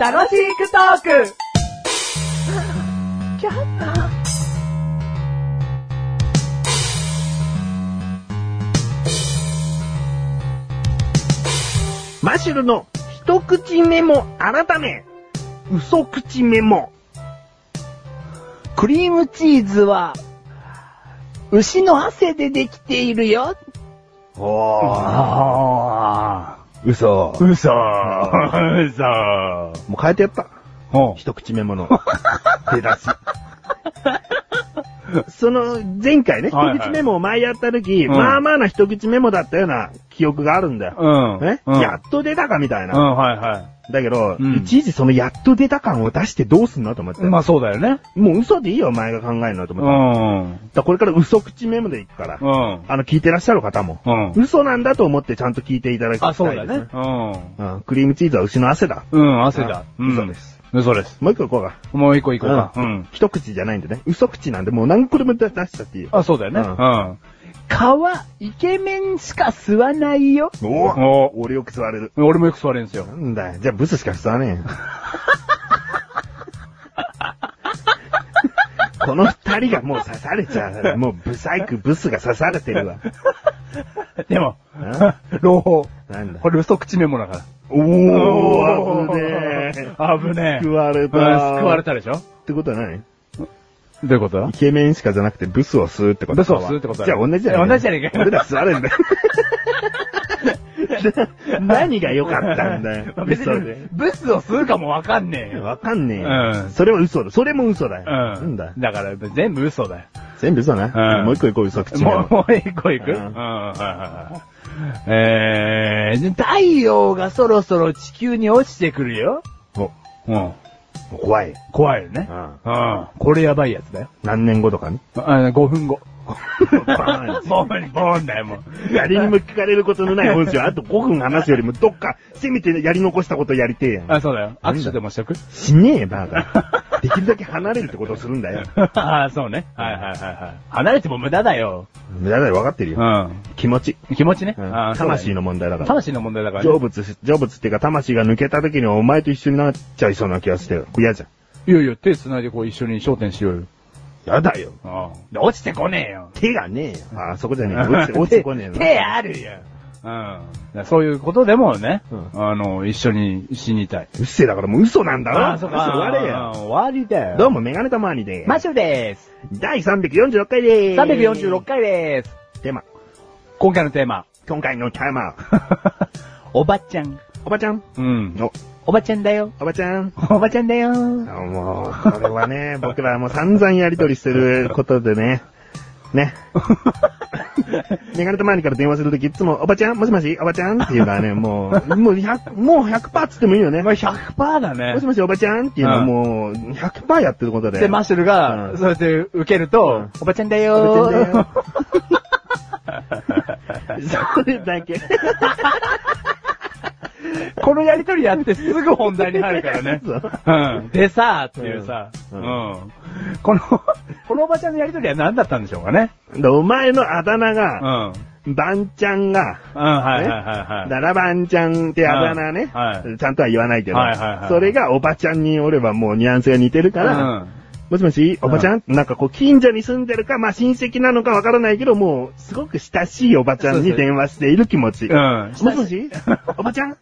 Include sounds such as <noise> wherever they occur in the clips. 楽しくトークマシュルの一口メモ改め、嘘口メモ。クリームチーズは、牛の汗でできているよ。おー。嘘。も <laughs> 嘘嘘う変えてやった。ほ一口メモの出だし。その、前回ね、はいはい一口メモを前やった時、うんまあまあな一口メモだったような記憶があるんだよ。うん。ねうん。やっと出たかみたいうな。ん、はいはだけど、うんいちいちそのやっと出た感を出してどうすんのと思って。い。まあそうだよね。もう嘘でいいよ、お前が考えるのとう思って。だかん。うん。らこれから嘘口メモでいくから、うん。あの、聞いてらっしゃる方も、うん。嘘なんだと思ってちゃんと聞いていただきたいあ、です、そうだね。。ううん、クリームチーズは牛の汗だ。ん。うん、汗だ。ううんん。嘘です。嘘です。もう一個行こうか。もう一個行こうか。うん。一口じゃないんでね。嘘口なんで、もう何個でも出しちゃっていいよ。あ、そうだよね。ううんん。皮、イケメンしか吸わないよ。おぉお俺よく吸われる。俺もよく吸われるんですよな。んだよ。じゃあブスしか吸わね <laughs> え。この二人がもう刺されちゃう。もうブサイクブスが刺されてるわ。でもん、朗報。なんだこ。れ嘘口メモだから。おー、危ねえ。 <laughs> 危ねえ。救われた。うん救われ。たでしょってことは何どういうことイケメンしかじゃなくてブスを吸うってことブスを吸うってことだじゃあ同じじゃねえ同じじゃねえか俺ら吸われんだよ。 <laughs> 何が良かったんだよ。別嘘でに、。ブスを吸うかもわかんねえよ。わかんねえよ。うんそれは嘘だ。それも嘘だよ。うなん。んだ。だから、全部嘘だよ。全部嘘だな。うんもう一個行こう、嘘口メモもう、もう一個いくううんん、はいはいはい。えー、太陽がそろそろ地球に落ちてくるよ。うん。お怖い。怖いよねう。んうん。これやばいやつだよ。何年後とかね。あ5分 <laughs> 後。バーンボン、ボンだよ、もう。誰にも聞かれることのない本性あと5分話すよりもどっか、せめてやり残したことやりてえやん。あ、そうだよ。握手でもしとくしねえよ、バカ。 <laughs> できるだけ離れるってことをするんだよ。 <laughs> あーそうね。はいはいはいはい。離れても無駄だよ。無駄だよ、分かってるうよ。ん。気持ち。気持ちね。うんあーそうだよ魂の問題だから。魂の問題だから <laughs> 成ね。仏、成仏っていうか魂が抜けた時にお前と一緒になっちゃいそうな気がしてる。嫌じゃん。いやいや、手繋いでこう一緒に焦点しようよ。やだよ。うん。で落ちてこねえよ。手がねえよ。ああ、そこじゃねえよ。落ちて落ちてこねえの。 <laughs> 手手あるよ。うん。そういうことでもね、うんあの、一緒に死にたい。うっせえだからもう嘘なんだろ。嘘悪いよ。あ終わりだよ。どうも。も、メガネたまわりで。マッシュルです。第346回でーす。 346。回です。テーマ。今回のテ <laughs> ーマ。今回のテーマ。おばちゃん。おばちゃん。うん。お、おばちゃんだ <laughs> よ。おばちゃん。おばちゃんだよ。 <laughs> <laughs> あもう、これはね、 <laughs> 僕らも散々やりとりしてることでね。ね。メガネとマニから電話するときいつも、おばちゃんもしもしおばちゃんっていうのはね、 <laughs> もう、もう100、もう100%っつってもいいよね。も100%だねし。もしおばちゃんっていうのはもう、100%やってることで。で、マッシュルが、うんそうやって受けるうとん、おばちゃんだおばよちゃんだよ。それだけ。このやりとりやってすぐ本題に入るからね。 <laughs> そううん。でさ、っていうさ、ううんん。この、このおばちゃんのやりとりは何だったんでしょうかね。で、お前のあだ名うが、ん。うん、バンちゃんが、はいはいはいはい。だらばんちゃんってあだ名ね、はいちゃんとは言わないけど、はいはいはいそれがおばちゃんに俺はもうニュアンスが似てるから、うん。もしもし、おばちゃん、なんかこう近所に住んでるか、まあ親戚なのかわからないけど、もうすごく親しいおばちゃんに電話している気持ち。うもん。しもし、おばちゃん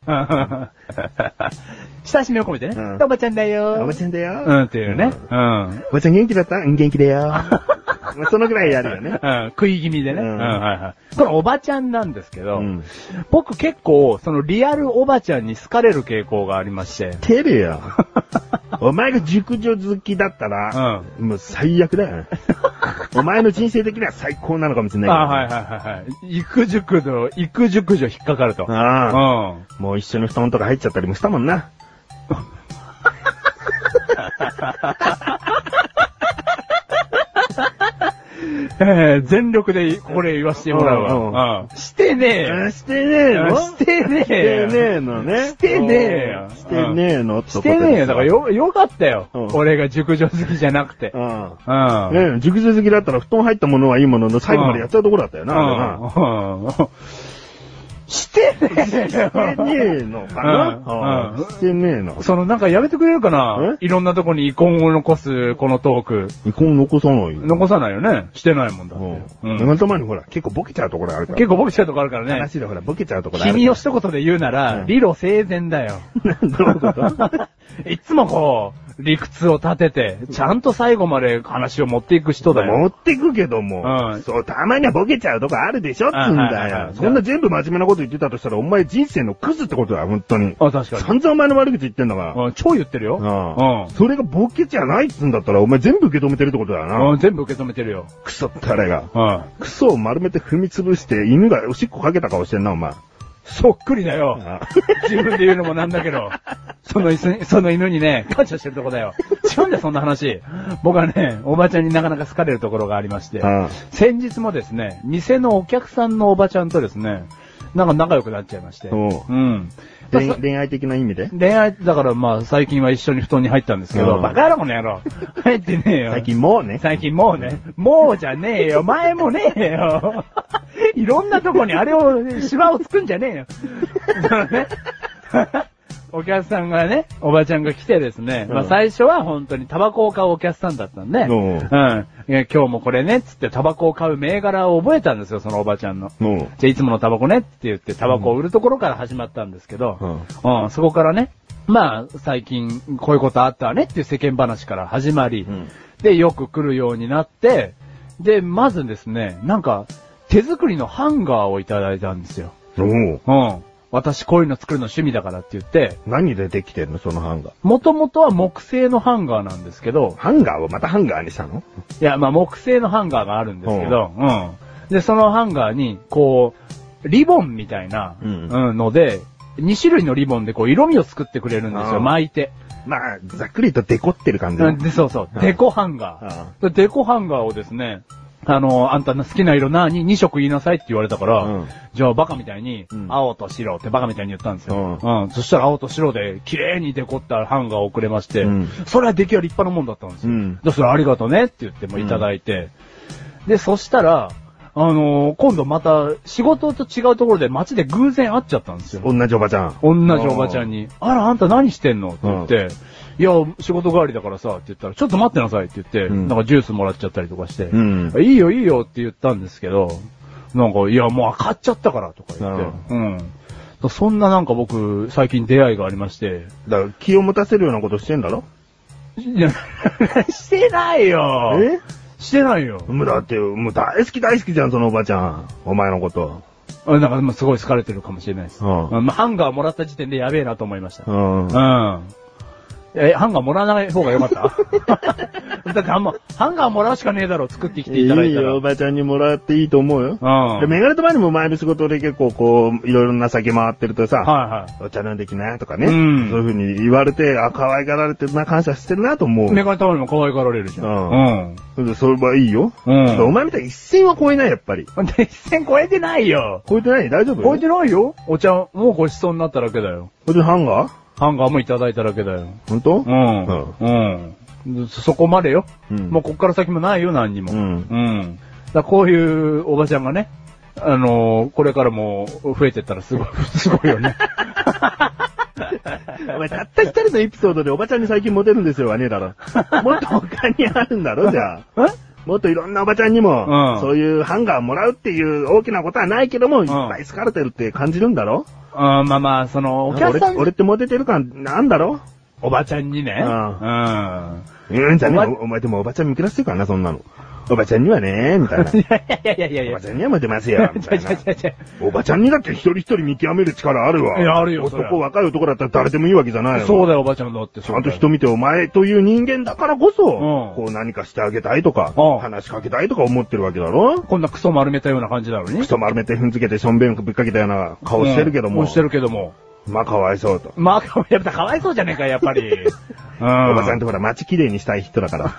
親しみを込めてね。うんおばちゃんだおよばちゃんだよ。うん、っていうね。うん。うん。おばちゃん元気だったうん、元気だよ。まあそのぐらいやるよね。食い気味でね。ううんん、はいはい。このおばちゃんなんですけど、うん僕結構、そのリアルおばちゃんに好かれる傾向がありまして。照れよ。お前が熟女好きだったら、もう最悪だよね。お前の人生的には最高なのかもしれないけど。あはいはいはいはい。育熟女、育熟女引っかかると。ああ、うん。もう一緒に布団とか入っちゃったりもしたもんな。えー全力でこれ言わせてもらううんうわ。うん。してねえよあしてねえのしてしねえてよねえのね。してねえようんしてねえのってしてねえよ。だからよ、よかったよ。うん俺が熟女好きじゃなくて。うん。うん。ねえ、熟女好きだったら布団入ったものはいいものの最後までやっちゃうところだったよう。な、あれなんうんしてねえしてよねえのかな、うんはうんいしてねえの。そのなんかやめてくれるかなえいろんなとこに遺恨を残すこのトーク。遺恨残さないよ。残さないよね。してないもんだうってん。。うん今のところにほら、結構ボケちゃうところあるから。結構僕したいとこあるからね。話でほら、ボケちゃうところある。君を一言で言うなら、うん理路整然だ <laughs> よ。どういうこといつもこう、理屈を立てて、ちゃんと最後まで話を持っていく人だよ。持ってくけども、うんそう、たまにはボケちゃうとこあるでしょっつうんあはだいはいはよい。そんな全部真面目なこと言ってたとしたら、お前人生のクズってことだ、本当に。あ、確か散々お前の悪口言ってんだから。に。うん、超言ってるよ。うんそれがボケじゃないっつうんだったら、お前全部受け止めてるってことだようん。うな。ん、全部受け止めてるよ。クソったれが。うん。クソを丸めて踏み潰して、犬がおしっこかけた顔してんな、お前。そっくりだよ。自分で言うのもなんだ <laughs> けど、その犬、その犬にね、感謝してるとこだよ。違うんだよ、そんな話。僕はね、おばちゃんになかなか好かれるところがありまして、うん先日もですね、店のお客さんのおばちゃんとですね、なんか仲良くなっちゃいまして。おううん。まあ恋そ恋愛的な意味で恋愛、だからまあ最近は一緒に布団に入ったんですけど、うんバカ野郎この野郎。入ってねえよ。最近もうね。最近もうね、もうじゃねえよ、前もねえよ。いろんなとこにあれを、芝をつくんじゃねえよ。そのね、お客さんがね、おばちゃんが来てですね、まあうん最初は本当にタバコを買うお客さんだったんで、うおん。ういや今日もこれね、つってタバコを買う銘柄を覚えたんですよ、そのおばちゃんの。もう。じゃあいつものタバコねって言ってタバコを売るところから始まったんですけど、うん、そこからね、まあ最近こういうことあったわねっていう世間話から始まり、うんで、よく来るようになって、で、まずですね、なんか手作りのハンガーをいただいたんですよ。おううん。私こういうの作るの趣味だからって言って、何でできてんの、そのハンガー。もともとは木製のハンガーなんですけど、ハンガーをまたハンガーにしたのいや、まあ、木製のハンガーがあるんですけど、うん。で、そのハンガーに、こう、リボンみたいな、ううんん、ので、2種類のリボンでこう、色味を作ってくれるんであすーよ、巻いて。まあ、ざっくりとデコってる感じ。うんで、そうそうう、んデコハンガー。でデコハンガーをですね、あの、あんたの好きな色なに2色言いなさいって言われたから、うんじゃあバカみたいに、うん青と白ってバカみたいに言ったんですよ。ううん。そしたら青と白で綺麗にデコったハンガーをくれまして、うんそれは出来は立派なもんだったんですよ。うんで、それありがとねって言ってもいただいて、で、そしたら、あのー今度また仕事と違うところで街で偶然会っちゃったんですよ。同じおばちゃん。同じおばちゃんに、あら、あんた何してんのって言って、いや、仕事帰りだからさ、って言ったら、ちょっと待ってなさいって言って、うんなんかジュースもらっちゃったりとかして、うんいいよいいよって言ったんですけど、なんか、いや、もう買っちゃったからとか言って、うん。そんななんか僕、最近出会いがありまして、だから気を持たせるようなことしてんだろいや <laughs> してないよえしてないよ。もうだって、もう大好き大好きじゃん、そのおばちゃん。お前のこと。あなんかもうすごい好かれてるかもしれないです。うんまあ、ハンガーもらった時点でやべえなと思いました。んうん。え、ハンガーもらわない方がよかっただってあんま、ハンガーもらうしかねえだろ、作ってきていただいたら。よ、おばちゃんにもらっていいと思うよ。うん。で、メガネと前にも前の仕事で結構こう、いろいろな酒回ってるとさ、はお茶飲んできなとかね、うんそういう風に言われて、あ、可愛がられてるな、感謝してるなと思いはう。い。メガネたまにも可愛がられるじゃん。うんん。でそれはいいよ。うんだからお前みたいに一線は超えない、やっぱり。うん。で、一線超えてないよ。超えてない大丈夫超えてないよ。お茶、もうごちそうになっただけだよ。超えてるハンガーハンガーもいただいただけだよ。本当うん。うん。そそこまでよ。うんもうこっから先もないよ、何にも。うんうん。だからこういうおばちゃんがね、あのーこれからも増えてったらすごい、 <laughs> すごいよね。お前、たった一人のエピソードでおばちゃんに最近モテるんですよはねえだろ。 <laughs> もっと他にあるんだろ、じゃあ。えもっといろんなおばちゃんにも、うんそういうハンガーもらうっていう大きなことはないけども、んいっぱい好かれてるって感じるんだろあーまあまあ、その、お客俺さん、俺ってモテてる感なんだろおばちゃんにね。ううんん。うん、じゃねえおばおお前でもおばちゃん見下してるからな、そんなの。おばちゃんにはね、みたいな。いやいやいやいやいおやば。ちゃんにはモテますよ、みた <laughs> い違う違う違う違な。おばちゃんにだって一人一人見極める力あるわ。いやあるよそりゃ男、若い男だったら誰でもいいわけじゃないよ。そうだよ、おばちゃんだって。ちそゃうんとだよ人見てお前という人間だからこそ、こう何かしてあげたいとか、うん話しかけたいとか思ってるわけだろこんなクソ丸めたような感じなのに。クソ丸めて踏んづけてしょんべんぶっかけたような顔してるけども。うんしてるけども。まあかわいそうと。まあ、やっぱかわいそうじゃねえか、やっぱり。う <laughs> おばちゃんっん。てほら街きれいにしたい人だから。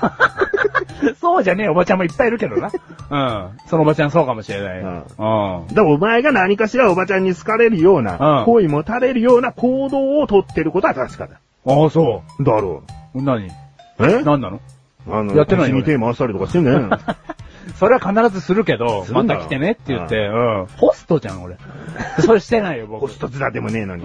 そうじゃねえおばちゃんもいっぱいいるけどな。うん。そのおばちゃんそうかもしれない。ううんん。だからお前が何かしらおばちゃんに好かれるような、うん好意持たれるような行動をとってることは確かだ。ああ、そだろう。何う。え何なのあの、やってな腰いよに <laughs> 手回したりとかしてんだよ。それは必ずするけど、するまんだたよ来てねって言って、うん。干ストじゃん、俺。それしてないよ、コ僕。スト面でもねえの <laughs> に。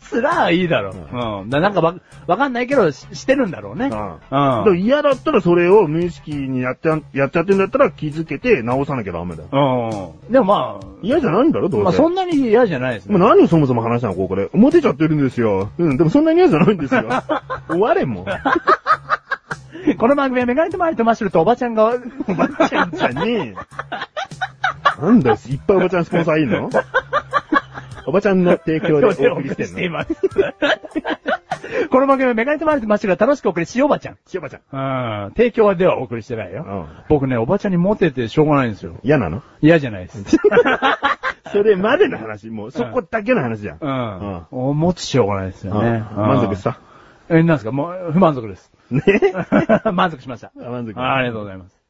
つらはいいだろ。うん。だなんかわ、わかんないけど、ししてるんだろうね。だから嫌だったらそれを無意識にやって、やっちゃってんだったら気づけて直さなきゃダメだよ。うん。でもまあ、嫌じゃないんだろどうせ。まあそんなに嫌じゃないですもうね。何をそもそも話したのここで。モテちゃってるんですよ。うん、でもそんなに嫌じゃないんです <laughs> よ。終われもう。この番組はメガネとマリとマッシュルとおばちゃんが、おばちゃんじゃねえよ。なんだよ、いっぱいおばちゃんスポンサーいいのおばちゃんの提供でお送りしてんの。ます。この番組はメガネとマリとマッシュルが楽しくお送りしようばちゃん。しおばちゃん。うん。提供ではお送りしてないよ。うん僕ね、おばちゃんにモテてしょうがないんですよ。嫌なの嫌じゃないです。それまでの話、もうそこだけの話じゃん。ううんん。お持ちしょうがないですうんよね。。満足したた <laughs> え、なんですかもう、不満足です。ね満足しました。あ満足 <laughs> ありがとうございます。